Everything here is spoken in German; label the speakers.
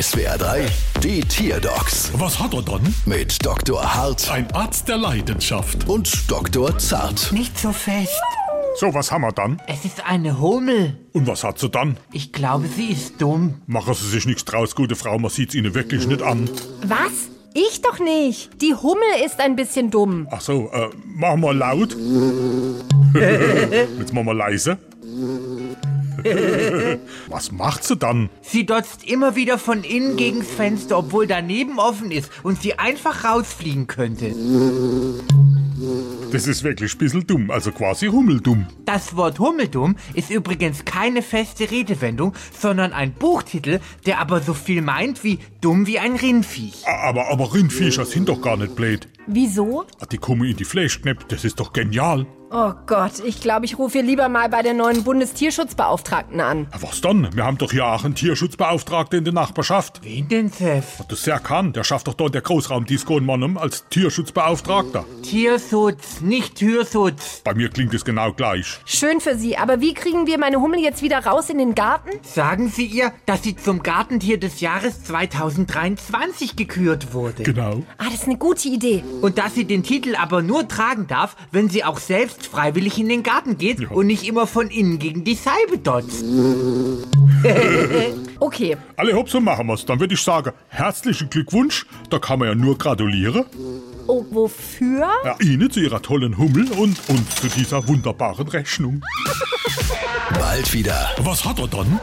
Speaker 1: SWR 3, die Tierdocs
Speaker 2: Was hat er dann?
Speaker 1: mit Dr. Hart
Speaker 2: Ein Arzt der Leidenschaft.
Speaker 1: und Dr. Zart.
Speaker 3: Nicht so fest.
Speaker 2: So, was haben wir dann?
Speaker 3: Es ist eine Hummel.
Speaker 2: Und was hat sie dann?
Speaker 3: Ich glaube, sie ist dumm.
Speaker 2: Machen Sie sich nichts draus, gute Frau, man sieht's Ihnen wirklich nicht an.
Speaker 4: Was? Ich doch nicht. Die Hummel ist ein bisschen dumm.
Speaker 2: Ach so, äh, machen wir laut. Jetzt machen wir leise. was macht sie dann?
Speaker 3: Sie dotzt immer wieder von innen gegens Fenster, obwohl daneben offen ist und sie einfach rausfliegen könnte.
Speaker 2: Das ist wirklich ein bisschen dumm, also quasi hummeldumm.
Speaker 3: Das Wort Hummeldumm ist übrigens keine feste Redewendung, sondern ein Buchtitel, der aber so viel meint wie dumm wie ein Rindviech.
Speaker 2: A- Aber, aber Rindviecher sind doch gar nicht blöd.
Speaker 4: Wieso?
Speaker 2: Ah, Die kommen in die Fleischknepp, das ist doch genial.
Speaker 4: Oh Gott, ich glaube, ich rufe hier lieber mal bei der neuen Bundestierschutzbeauftragten an.
Speaker 2: Ah, Was dann? Wir haben doch hier auch einen Tierschutzbeauftragten in der Nachbarschaft.
Speaker 3: Wen denn, Seth?
Speaker 2: Das Serkan, der schafft doch dort der Großraumdisco in Mannheim als Tierschutzbeauftragter.
Speaker 3: Tierschutz, nicht Türschutz.
Speaker 2: Bei mir klingt es genau gleich.
Speaker 4: Schön für Sie, aber wie kriegen wir meine Hummel jetzt wieder raus in den Garten?
Speaker 3: Sagen Sie ihr, dass sie zum Gartentier des Jahres 2023 gekürt wurde.
Speaker 2: Genau.
Speaker 4: Ah, das ist eine gute Idee.
Speaker 3: Und dass sie den Titel aber nur tragen darf, wenn sie auch selbst freiwillig in den Garten geht und nicht immer von innen gegen die Scheibe dotzt.
Speaker 4: Okay,
Speaker 2: Alle hopp, so machen wir's. Dann würde ich sagen, herzlichen Glückwunsch. Da kann man ja nur gratulieren.
Speaker 4: oh, wofür?
Speaker 2: Ja, Ihnen zu Ihrer tollen Hummel und uns zu dieser wunderbaren Rechnung.
Speaker 1: Bald wieder.
Speaker 2: Was hat er dann?